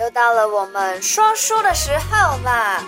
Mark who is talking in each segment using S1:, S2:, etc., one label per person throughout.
S1: 又到了我们说书的时候啦！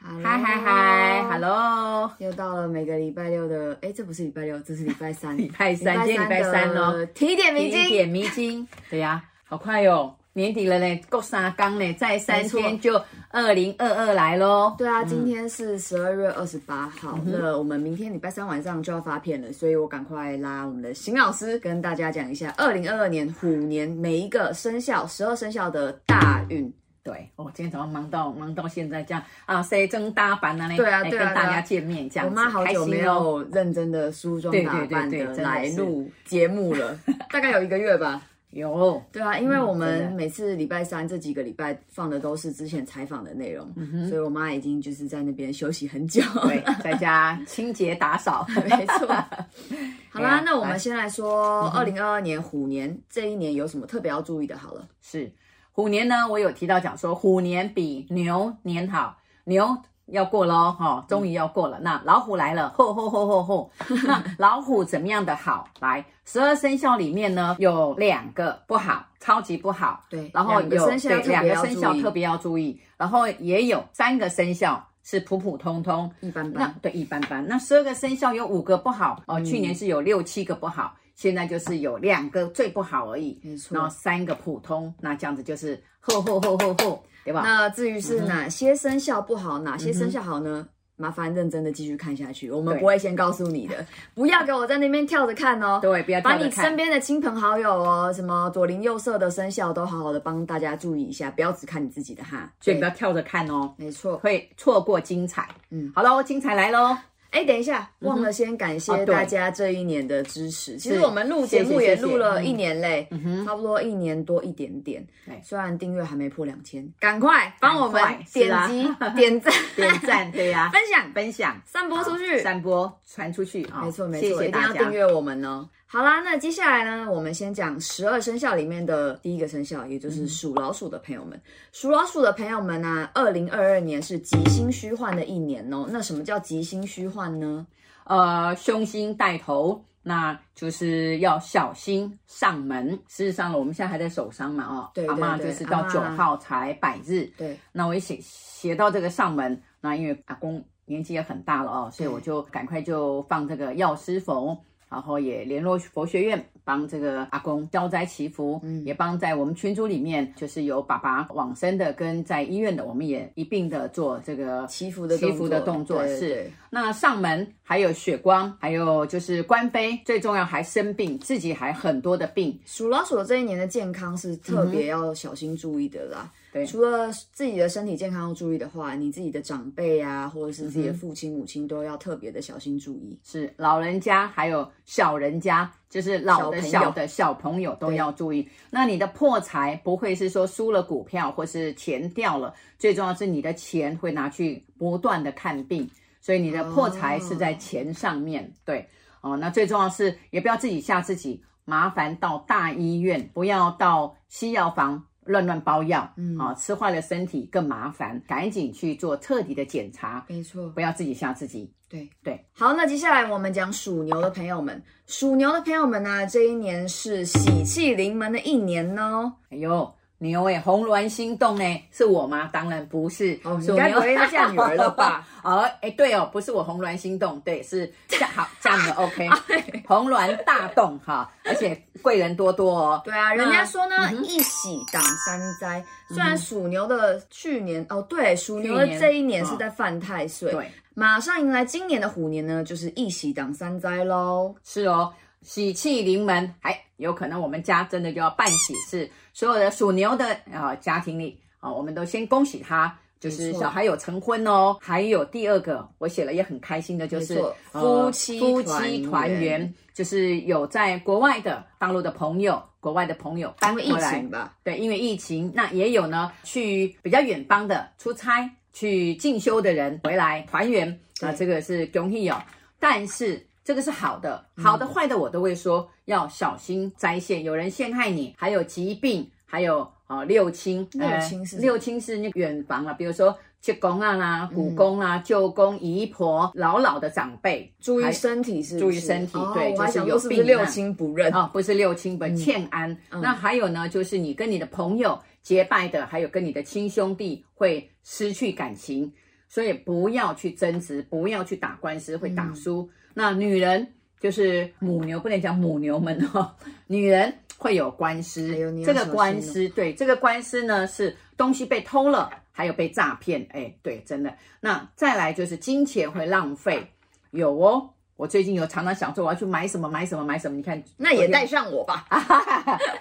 S2: 嗨嗨嗨，Hello！
S3: 又到了每个礼拜六的，哎，这不是礼拜六，这是礼拜三，
S2: 礼拜三，今天礼拜三哦
S3: 的，提点迷
S2: 一
S3: 津。
S2: 点迷津，对呀、好快哦，年底了呢，够三缸呢，再三
S3: 没错
S2: 天就二零二二来喽。
S3: 对啊，今天是十二月二十八
S2: 嗯
S3: 号，那我们明天礼拜三晚上就要发片了，所以我赶快拉我们的邢老师跟大家讲一下二零二二年虎年每一个生肖十二生肖的大运。
S2: 对，我、今天早上忙到忙到现在这样啊，谁真搭班啊呢？
S3: 对啊
S2: 哎
S3: 对啊
S2: 跟大
S3: 对
S2: 家
S3: 啊
S2: 见面这样
S3: 我
S2: 子，
S3: 妈好久没
S2: 开心哦。
S3: 有认真的梳妆
S2: 对对
S3: 打扮
S2: 对对
S3: 的
S2: 真的
S3: 来
S2: 是
S3: 录节目了， 大概有一个月吧。
S2: 有，
S3: 对啊，因为我们
S2: 真的
S3: 每次礼拜三这几个礼拜放的都是之前采访的内容，所以我妈已经就是在那边休息很久。
S2: 对，在家清洁打扫，
S3: 没错。 好啦，
S2: 对啊
S3: 那我
S2: 来
S3: 们先来说二零二二年虎年这一年有什么特别要注意的？好了，
S2: 是虎年呢，我有提到讲说虎年比牛年好，牛要过喽，哈、哦，终于要过了。那老虎来了，吼吼吼吼吼。那 老虎怎么样的好？来，十二生肖里面呢有两个不好，超级不好。
S3: 对
S2: 然后
S3: 两个
S2: 有
S3: 生肖
S2: 对
S3: 特别
S2: 两个
S3: 要
S2: 生肖
S3: 注意
S2: 特别要注意，然后也有三个生肖是普普通通，
S3: 一般
S2: 那
S3: 般。嗯
S2: 对一般般。那十二个生肖有五个不好哦，去年是有六七个不好，现在就是有两个最不好而已，
S3: 没
S2: 然后
S3: 错。
S2: 三个普通，那这样子就是吼吼吼吼吼，对吧？
S3: 那至于是哪些生肖不好，哪些生肖好呢？麻烦认真的继续看下去，我们
S2: 嗯对
S3: 不会先告诉你 的，不要给我在那边跳着看哦。
S2: 对，不要
S3: 把
S2: 跳着
S3: 你身
S2: 看。
S3: 边的亲朋好友哦，什么左邻右舍的生肖都好好的帮大家注意一下，不要只看你自己的哈。
S2: 所以不要跳着看哦，
S3: 没错。
S2: 会错过精彩。
S3: 嗯，
S2: 好喽，精彩来喽！
S3: 哎，等一下，忘了先感
S2: 哦
S3: 谢
S2: 对
S3: 大家这一年的支持。其实
S2: 是
S3: 我们录
S2: 谢
S3: 节
S2: 谢
S3: 目也
S2: 谢谢
S3: 录了
S2: 嗯
S3: 一年嘞，差不多一年多一点点
S2: 对。
S3: 虽然订阅还没破两千，赶快帮我们
S2: 赶快是
S3: 点
S2: 啊
S3: 击、点赞、
S2: 点赞，对呀、
S3: 分享、
S2: 分享，
S3: 散播出去。
S2: 散播传出去啊、
S3: 没错没
S2: 谢
S3: 错，
S2: 谢
S3: 一定
S2: 大
S3: 要
S2: 家
S3: 订。阅我们哦。好啦，那接下来呢，我们先讲十二生肖里面的第一个生肖，也就是属老鼠的朋友们。属老鼠的朋友们呢、2二零二二年是吉星虚幻的一年哦。那什么叫吉星虚幻呢？
S2: 呃，凶星带头，那就是要小心上门。事实上，我们现在还在守丧嘛，哦，
S3: 对
S2: 阿
S3: 对
S2: 妈
S3: 对
S2: 就是
S3: 阿
S2: 到
S3: 嬷
S2: 九号才百日。
S3: 对，
S2: 那我也写写到这个上门，那因为阿公年纪也很大了哦，所以我就赶快就放这个药师佛，然后也联络佛学院帮这个阿公消灾祈福，
S3: 嗯
S2: 也帮在我们群组里面就是有爸爸往生的跟在医院的，我们也一并的做这个
S3: 祈福的
S2: 祈福的动作
S3: 对
S2: 是
S3: 对
S2: 那上门还有血光，还有就是官非，最重要还生病，自己还很多的病。
S3: 属老鼠的这一年的健康是特别要小心注意的啦。
S2: 对
S3: 除了自己的身体健康要注意的话，你自己的长辈啊，或者是自己的父亲、母亲都要特别的小心注意。
S2: 是老人家，还有小人家，就是老的、
S3: 小朋友
S2: 小的小朋友都要注意。那你的破财不会是说输了股票或是钱掉了，最重要是你的钱会拿去不断的看病，所以你的破财是在钱上面。对，哦，那最重要是也不要自己吓自己，麻烦到大医院，不要到西药房。乱乱包药，嗯，啊、吃坏了身体更麻烦，赶紧去做彻底的检查，
S3: 没错，
S2: 不要自己吓自己。
S3: 对
S2: 对。
S3: 好，那接下来我们讲属牛的朋友们，属牛的朋友们呢、这一年是喜气临门的一年哦。
S2: 哎呦，牛哎，红鸾心动呢，是我吗？当然不是，
S3: 哦你
S2: 属
S3: 该
S2: 牛
S3: 不会是嫁女儿了吧？
S2: 哦，哎，对哦，不是我红鸾心动，对，是嫁好嫁女儿 OK，红
S3: 哎
S2: 鸾大动哈，而且贵人多多哦。
S3: 对啊，
S2: 那
S3: 人家说呢，一喜挡三灾。虽然属牛的去年哦，对，属牛的
S2: 去年
S3: 这一年嗯是在犯太岁，
S2: 对，
S3: 马上迎来今年的虎年呢，就是一喜挡三灾喽。
S2: 是哦，喜气临门，还有可能我们家真的就要办喜事，所有的属牛的啊、呃家庭里啊、我们都先恭喜他。就是
S3: 没错
S2: 小孩有成婚哦，还有第二个，我写了也很开心的，就是
S3: 没错
S2: 呃
S3: 夫妻
S2: 夫妻团
S3: 团
S2: 圆
S3: 圆，
S2: 就是有在国外的大陆的朋友，国外的朋友搬
S3: 因
S2: 回
S3: 为疫
S2: 来，
S3: 情吧，
S2: 对，因为疫情，那也有呢去比较远方的出差去进修的人回来团圆，
S3: 对
S2: 啊，这个是恭喜哦。但是这个是好的，
S3: 嗯
S2: 好的坏的我都会说要小心灾险，有人陷害你，还有疾病，还有。啊六亲，
S3: 六亲是什么嗯
S2: 六亲是那个远房了，比如说去公啊啦、古公啊、舅公、姨婆、老老的长辈，
S3: 注意
S2: 还
S3: 身体是不是
S2: 注意身体
S3: 哦
S2: 对
S3: 我还
S2: 就是
S3: 想
S2: 有
S3: 说是不是
S2: 病
S3: 六
S2: 啊
S3: 亲不认？
S2: 哦，不是六
S3: 嗯
S2: 亲不欠安。那还有呢，就是你跟你的朋友结拜的，还有跟你的亲兄弟会失去感情，所以不要去争执，不要去打官司，会打输。
S3: 嗯
S2: 那女人就是母牛，不能讲母牛们哦， 女人会有官司。
S3: 哎呦你要
S2: 这个
S3: 小心
S2: 官
S3: 哦
S2: 司，对这个官司呢是东西被偷了，还有被诈骗。哎，对，真的。那再来就是金钱会浪费，有哦。我最近有常常想说我要去买什么买什么买什么，你看
S3: 那也
S2: 昨天
S3: 带上我吧。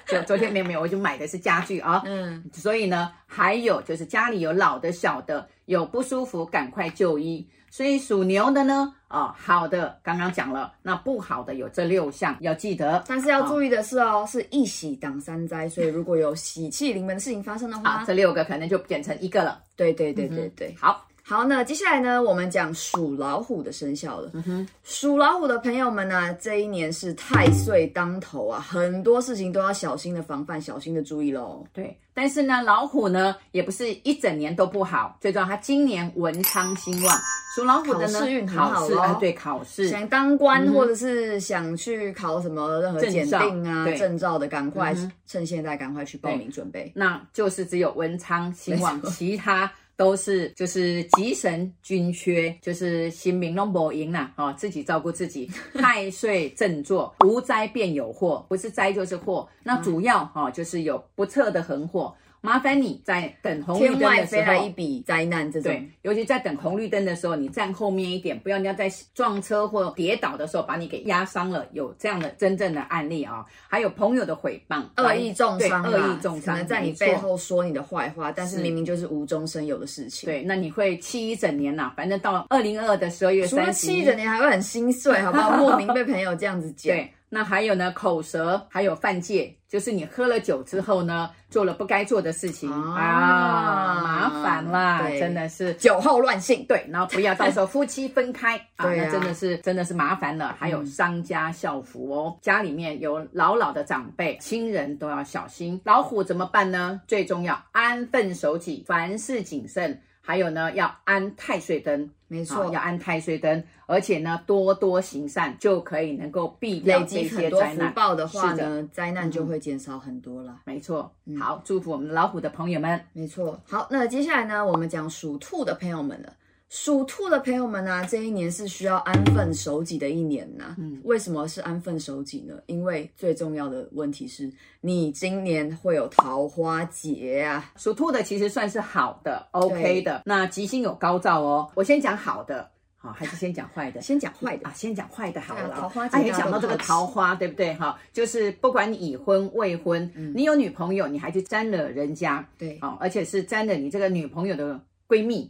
S2: 昨昨天没有没有，我就买的是家具啊。
S3: 嗯，
S2: 所以呢，还有就是家里有老的、小的，有不舒服，赶快就医。所以属牛的呢，哦，好的刚刚讲了，那不好的有这六项要记得。
S3: 但是要
S2: 意
S3: 注意的是哦，是一喜挡三灾，所以如果有喜气临门的事情发生的
S2: 啊，
S3: 话，
S2: 这六个可能就变成一个了。
S3: 对对对对对。
S2: 好，
S3: 好，那接下来呢，我们讲属老虎的生肖
S2: 嗯
S3: 了。属老虎的朋友们呢、这一年是太岁当头啊，很多事情都要小心的防范，小心的注意喽。
S2: 对。但是呢，老虎呢也不是一整年都不好，最重要它今年文昌兴旺。属老虎的呢，
S3: 考试运很好
S2: 考试
S3: 咯
S2: 啊，对，考试
S3: 想当
S2: 嗯
S3: 官或者是想去考什么任何
S2: 证照
S3: 检
S2: 嗯
S3: 定啊、
S2: 对
S3: 证照的，赶快趁现在赶快去报名准备。
S2: 那就是只有文昌兴旺
S3: 没，错
S2: 其他都是就是吉神均缺，就是心明弄不赢啦，哦，自己照顾自己，太岁正坐，无灾便有祸，不是灾就是祸。
S3: 嗯
S2: 那主要哈、哦、就是有不测的横祸，麻烦你在等红绿
S3: 天
S2: 灯
S3: 外
S2: 的时
S3: 飞来一
S2: 候。
S3: 笔灾难，这
S2: 对
S3: 种，
S2: 尤其在等红绿灯的时候，你站后面一点，不要人家在撞车或跌倒的时候把你给压伤了。有这样的真正的案例啊、还有朋友的诽谤、
S3: 恶意重伤啦，
S2: 对恶意重伤，
S3: 可能在你
S2: 没错
S3: 背后说你的坏话，但是
S2: 是
S3: 明明就是无中生有的事情。。
S2: 对，那你会气一整年呐、反正到二零二二的十二月
S3: 除
S2: 三
S3: 了
S2: 十
S3: 气
S2: 一
S3: 着，，你还会很心碎，好不 好？莫名被朋友这样子讲，
S2: 对，那还有呢，口舌，还有犯戒，就是你喝了酒之后呢，做了不该做的事情
S3: 啊
S2: 啊麻烦啦，
S3: 对
S2: 真的是。
S3: 酒后乱性，
S2: 对，然后不要到时候 夫妻分开啊，
S3: 对啊嗯
S2: 那真的是真的是麻烦了。还有商家校服哦，家里面有老老的长辈、亲人都要小心。老虎怎么办呢？最重要安分守己，凡事谨慎。还有呢，要安太岁灯，
S3: 没
S2: 啊
S3: 错，
S2: 要安太岁灯，而且呢，多多行善就可以能够避掉
S3: 累
S2: 这
S3: 积很
S2: 些
S3: 多
S2: 灾
S3: 福
S2: 难。
S3: 报的话
S2: 是的嗯
S3: 呢，灾难就会减少很多啦。
S2: 没错，
S3: 嗯
S2: 好，祝福我们老虎的朋友们。
S3: 没错，好，那接下来呢，我们讲属兔的朋友们了。属兔的朋友们呢、啊这一年是需要安分守己的一年呐、嗯，为什么是安分守己呢？因为最重要的问题是你今年会有桃花劫啊。
S2: 属兔的其实算是好的，OK 的。那吉星有高照哦。我先讲好的，好、还是先讲坏 的？
S3: 先讲坏的
S2: 啊，，先讲坏的好
S3: 对
S2: 了。
S3: 啊桃花
S2: 哎，
S3: 节
S2: 你
S3: 大家
S2: 讲到
S3: 都
S2: 这个
S3: 好奇
S2: 桃花，对不对？哈，就是不管你已婚未婚，你有女朋友，你还去沾惹人家，
S3: 对，
S2: 哦，而且是沾惹你这个女朋友的闺蜜，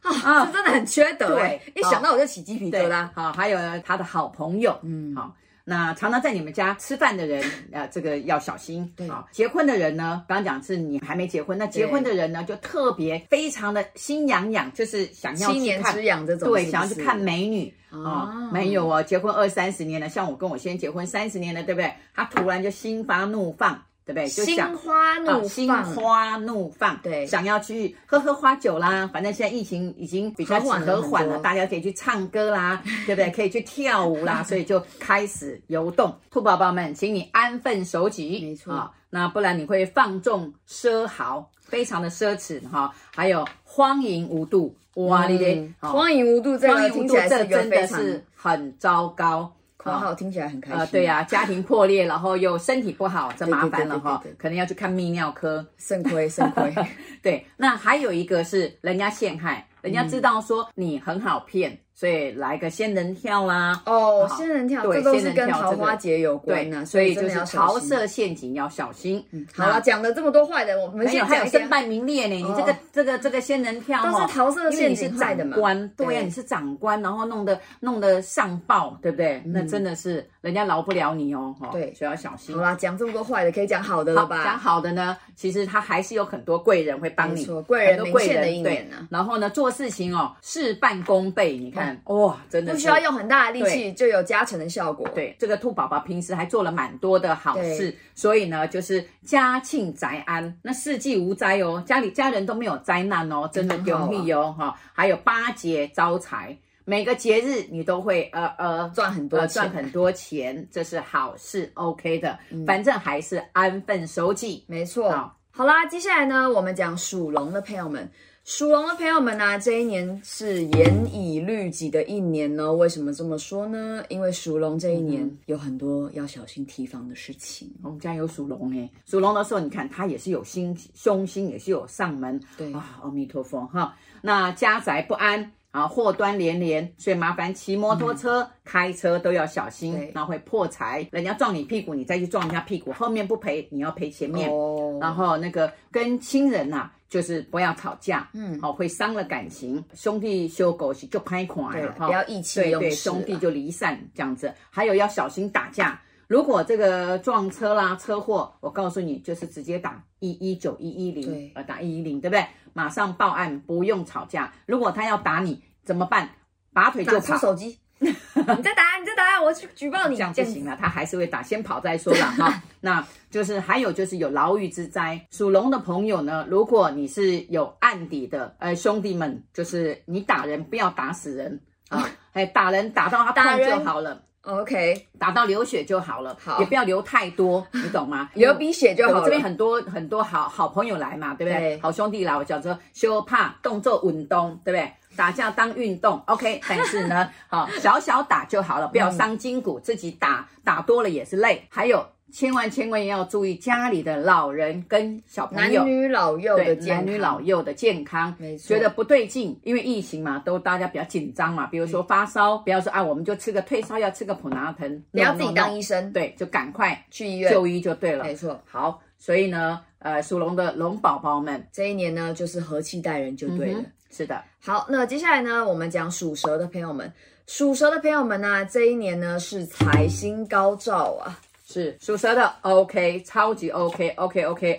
S3: 啊，这真的很缺德
S2: 对哦
S3: 哎、一想到我就起鸡皮疙
S2: 对
S3: 瘩。
S2: 好，还有他的好朋友，
S3: 嗯，
S2: 好，那常常在你们家吃饭 的人，呃，这个要小心。
S3: 对
S2: 啊，结婚的人呢，刚刚讲是你还没结婚，那结婚的人呢，就特别非常的心痒痒，就是想要
S3: 七
S2: 去
S3: 年
S2: 看，
S3: 之痒这种
S2: 对，
S3: 是不
S2: 想要去
S3: 是啊
S2: 看美女。哦，没有哦，结婚二三十年了，像我跟我先结婚三十年了，对不对？他突然就心发怒放，对不对？就
S3: 心
S2: 想
S3: 花
S2: 啊，
S3: 怒
S2: 心
S3: 放，
S2: 花怒放，
S3: 对
S2: 想要去喝喝花酒啦。反正现在疫情已经比较
S3: 和缓了
S2: 和缓
S3: 很
S2: 了，
S3: 多
S2: 大家可以去唱歌 啦，对不对？可以去跳舞啦，所以就开始游动。兔宝宝们，请你安分守己，
S3: 没错
S2: 啊，那不然你会放纵奢豪，非常的奢侈哈、还有荒淫无度，哇哩嘞
S3: 嗯，
S2: 啊
S3: 荒淫无度这
S2: 荒
S3: 个
S2: 淫无
S3: 听
S2: 度
S3: 起来
S2: 这
S3: 是一个
S2: 真
S3: 非
S2: 的
S3: 常
S2: 是很糟糕。
S3: 括号听起来很开心。
S2: 呃，对呀、家庭破裂，然后又身体不好，这麻烦了哈
S3: 对对对对对，
S2: 可能要去看泌尿科。
S3: 肾 亏肾亏，
S2: 对，那还有一个是人家陷害，人家知道说你很好骗，所以来个仙人跳啦。
S3: 哦，
S2: 好
S3: 仙人跳，
S2: 对
S3: 这都
S2: 仙
S3: 是
S2: 人
S3: 跟
S2: 跳
S3: 桃
S2: 这个
S3: 花节有关
S2: 对，
S3: 呐、
S2: 啊所以
S3: 真
S2: 就
S3: 的
S2: 是
S3: 要小
S2: 桃
S3: 心。嗯
S2: 色陷阱要小心。
S3: 好了，讲了这么多坏的，我们
S2: 嗯没有，
S3: 先
S2: 还有
S3: 讲一下
S2: 身败名裂呢。你这个、
S3: 哦
S2: 这个这个仙人跳
S3: 都
S2: 哈，
S3: 是桃色
S2: 因为
S3: 陷
S2: 你是
S3: 阱害的
S2: 长
S3: 嘛。
S2: 官，对呀、
S3: 对
S2: 你是长官，然后弄得弄得上报，对不对？那真的是人家饶不了你哦，哈、
S3: 嗯对
S2: 所以要小心
S3: 好。啦，讲这么多坏的，可以讲好的了
S2: 好，
S3: 吧？
S2: 讲好的呢，其实他还是有很多贵人会帮
S3: 没
S2: 你
S3: 错，贵人
S2: 很多
S3: 明
S2: 贵
S3: 显的
S2: 人
S3: 一
S2: 对
S3: 年呢、啊
S2: 然后呢，做事情哦，事半功倍。你看，饭，哇，真的
S3: 嗯不
S2: 是
S3: 需要用很大的力气就有加成的效果。，
S2: 对，这个兔宝宝平时还做了蛮多的好事，所以呢，就是家庆宅安，那四季无灾哦，家里家人都没有灾难哦，真的
S3: 很好
S2: 有
S3: 啊
S2: 利哦，哈、还有八节招财，每个节日你都会呃呃
S3: 赚很多
S2: 呃
S3: 钱，
S2: 赚很多钱，这是好事，OK 的，
S3: 嗯
S2: 反正还是安分守己。
S3: 没错。
S2: 好
S3: 好啦，接下来呢，我们讲属龙的朋友们。属龙的朋友们呢、这一年是严以律己的一年呢。为什么这么说呢？因为属龙这一
S2: 嗯
S3: 年有很多要小心提防的事情。
S2: 我们家有属龙哎，属龙的时候，你看它也是有心凶星，也是有上门，
S3: 对
S2: 啊，阿弥陀佛哈。那家宅不安啊，祸端连连，所以麻烦骑摩托车、开车都要小心
S3: 嗯对，
S2: 那会破财，人家撞你屁股，你再去撞人家屁股，后面不赔，你要赔前面。
S3: 哦，
S2: 然后那个跟亲人呐、就是不要吵架，
S3: 嗯
S2: 好、会伤了感情。兄弟修狗是就拍款
S3: 对
S2: 了，哈
S3: 不要意气
S2: 对
S3: 用
S2: 对，
S3: 事啊
S2: 兄弟就离散这样子。还有要小心打架，如果这个撞车啦、车祸，我告诉你，就是直接打一一九一一零
S3: 对，
S2: 呃，打一一零，对不对？马上报案，不用吵架。如果他要打你怎么办？拔腿就
S3: 拿出
S2: 跑。
S3: 手 机，你再打，你再打，我去举报你。
S2: 这样不行了，他还是会打，先跑再说了 哈。那就是还有就是有牢狱之灾，属龙的朋友呢，如果你是有案底的，呃，兄弟们，就是你打人不要打死人 啊，哎，打人打到他
S3: 打
S2: 痛
S3: 人
S2: 就好了，
S3: 嗯 OK，
S2: 打到流血就好了，
S3: 好
S2: 也不要流太多，你懂吗？
S3: 流鼻血就
S2: 我
S3: 好
S2: 这边
S3: 了。
S2: 很多很多好好朋友来嘛，对不对？
S3: 对
S2: 好兄弟来，我叫做修怕动作运动，对不对？打架当运动，OK，但 是呢，好、小小打就好
S3: 嗯
S2: 了，不要伤筋骨，自己打打多了也是累。还有，千万千万要注意家里的老人跟小朋
S3: 男
S2: 友。
S3: 女老幼的
S2: 对
S3: 健
S2: 男
S3: 康
S2: 女老幼的健康，
S3: 没错
S2: 觉得不对劲，因为疫情嘛，都大家比较紧张嘛。比如说发烧，不要说啊，我们就吃个退烧药，吃个普拿疼，
S3: 不要自己
S2: No，no，no
S3: 当医生，
S2: 对，就赶快
S3: 去医院。
S2: 就医就对了。
S3: 没错，
S2: 好，所以呢，呃，属龙的龙宝宝们，
S3: 这一年呢就是和气待人就对了。
S2: 嗯哼是的，
S3: 好，那接下来呢，我们讲属蛇的朋友们。属蛇的朋友们呢、这一年呢是财星高照啊，
S2: 是属蛇的，OK，超级 OK，OK，OK，OK，、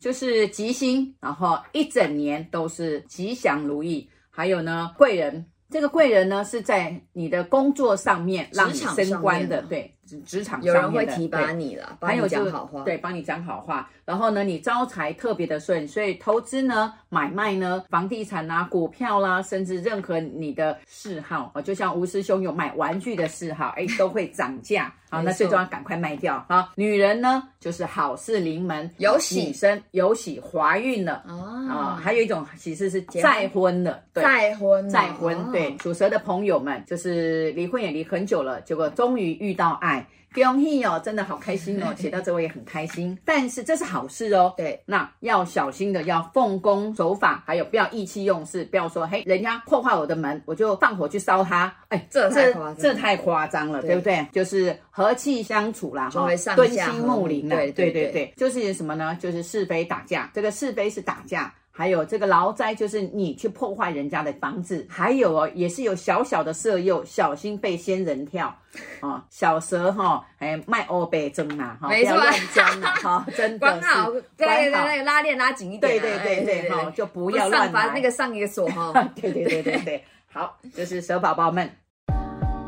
S2: 就是吉星，然后一整年都是吉祥如意，还有呢，贵人。这个贵人呢，是在你的工作上面让你
S3: 职场
S2: 升官
S3: 上面
S2: 的，
S3: 啊
S2: 对，职职场
S3: 有人
S2: 上
S3: 会
S2: 面的，
S3: 提拔
S2: 对
S3: 你了，帮
S2: 还有
S3: 你
S2: 就
S3: 讲
S2: 是
S3: 好话。
S2: 对，帮你讲好话。然后呢，你招财特别的顺，所以投资呢、买卖呢、房地产啦、股票啦，甚至任何你的嗜好，哦，就像吴师兄有买玩具的嗜好，哎，都会涨价。好，
S3: 没
S2: 那最
S3: 错
S2: 重要赶快卖掉啊！女人呢，就是好事临门，
S3: 有喜
S2: 女生有喜怀孕了啊、
S3: 啊，
S2: 还有一种喜事是
S3: 结婚
S2: 再婚了，对。
S3: 再婚啊，
S2: 再婚，对
S3: 哦，
S2: 属蛇的朋友们，就是离婚也离很久了，结果终于遇到爱，恭喜哦，真的好开心 哦，写到这我也很开心。但是这是好事哦，
S3: 对，
S2: 那要小心的，要奉公守法，还有不要意气用事，不要说嘿，人家破坏我的门，我就放火去烧他，哎，
S3: 这太
S2: 这
S3: 夸张
S2: 这太夸张了，
S3: 对
S2: 对不对？就是和气相处啦，
S3: 就
S2: 哈
S3: 会上
S2: 敦
S3: 下
S2: 亲
S3: 和
S2: 睦
S3: 睦
S2: 邻啊，
S3: 对
S2: 对
S3: 对
S2: 对
S3: 对
S2: 对，就是什么呢？就是是非打架，这个是非是打架。还有这个劳灾，就是你去破坏人家的房子，还有哦，也是有小小的色诱，小心被仙人跳，哦，小蛇哈、哎，卖欧北针呐，哈、
S3: 没错
S2: 不要乱钻呐，哈、真的
S3: 管好，
S2: 是
S3: 对对对，
S2: 管好
S3: 对拉链拉紧一点
S2: 对
S3: 啊，
S2: 对对
S3: 哎
S2: 对，哈，就不
S3: 不
S2: 要乱
S3: 上把
S2: 来。。
S3: 那个上一个锁哈
S2: 对对对对对，好，就是蛇宝宝们，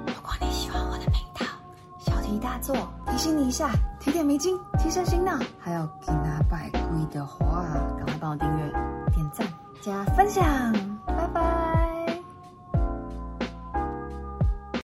S4: 如果你喜欢我的频道，小题大做提醒你一下，提点迷津，提升心脑。还有给拿百贵的话，赶快帮我订阅、点赞、加分享，拜拜。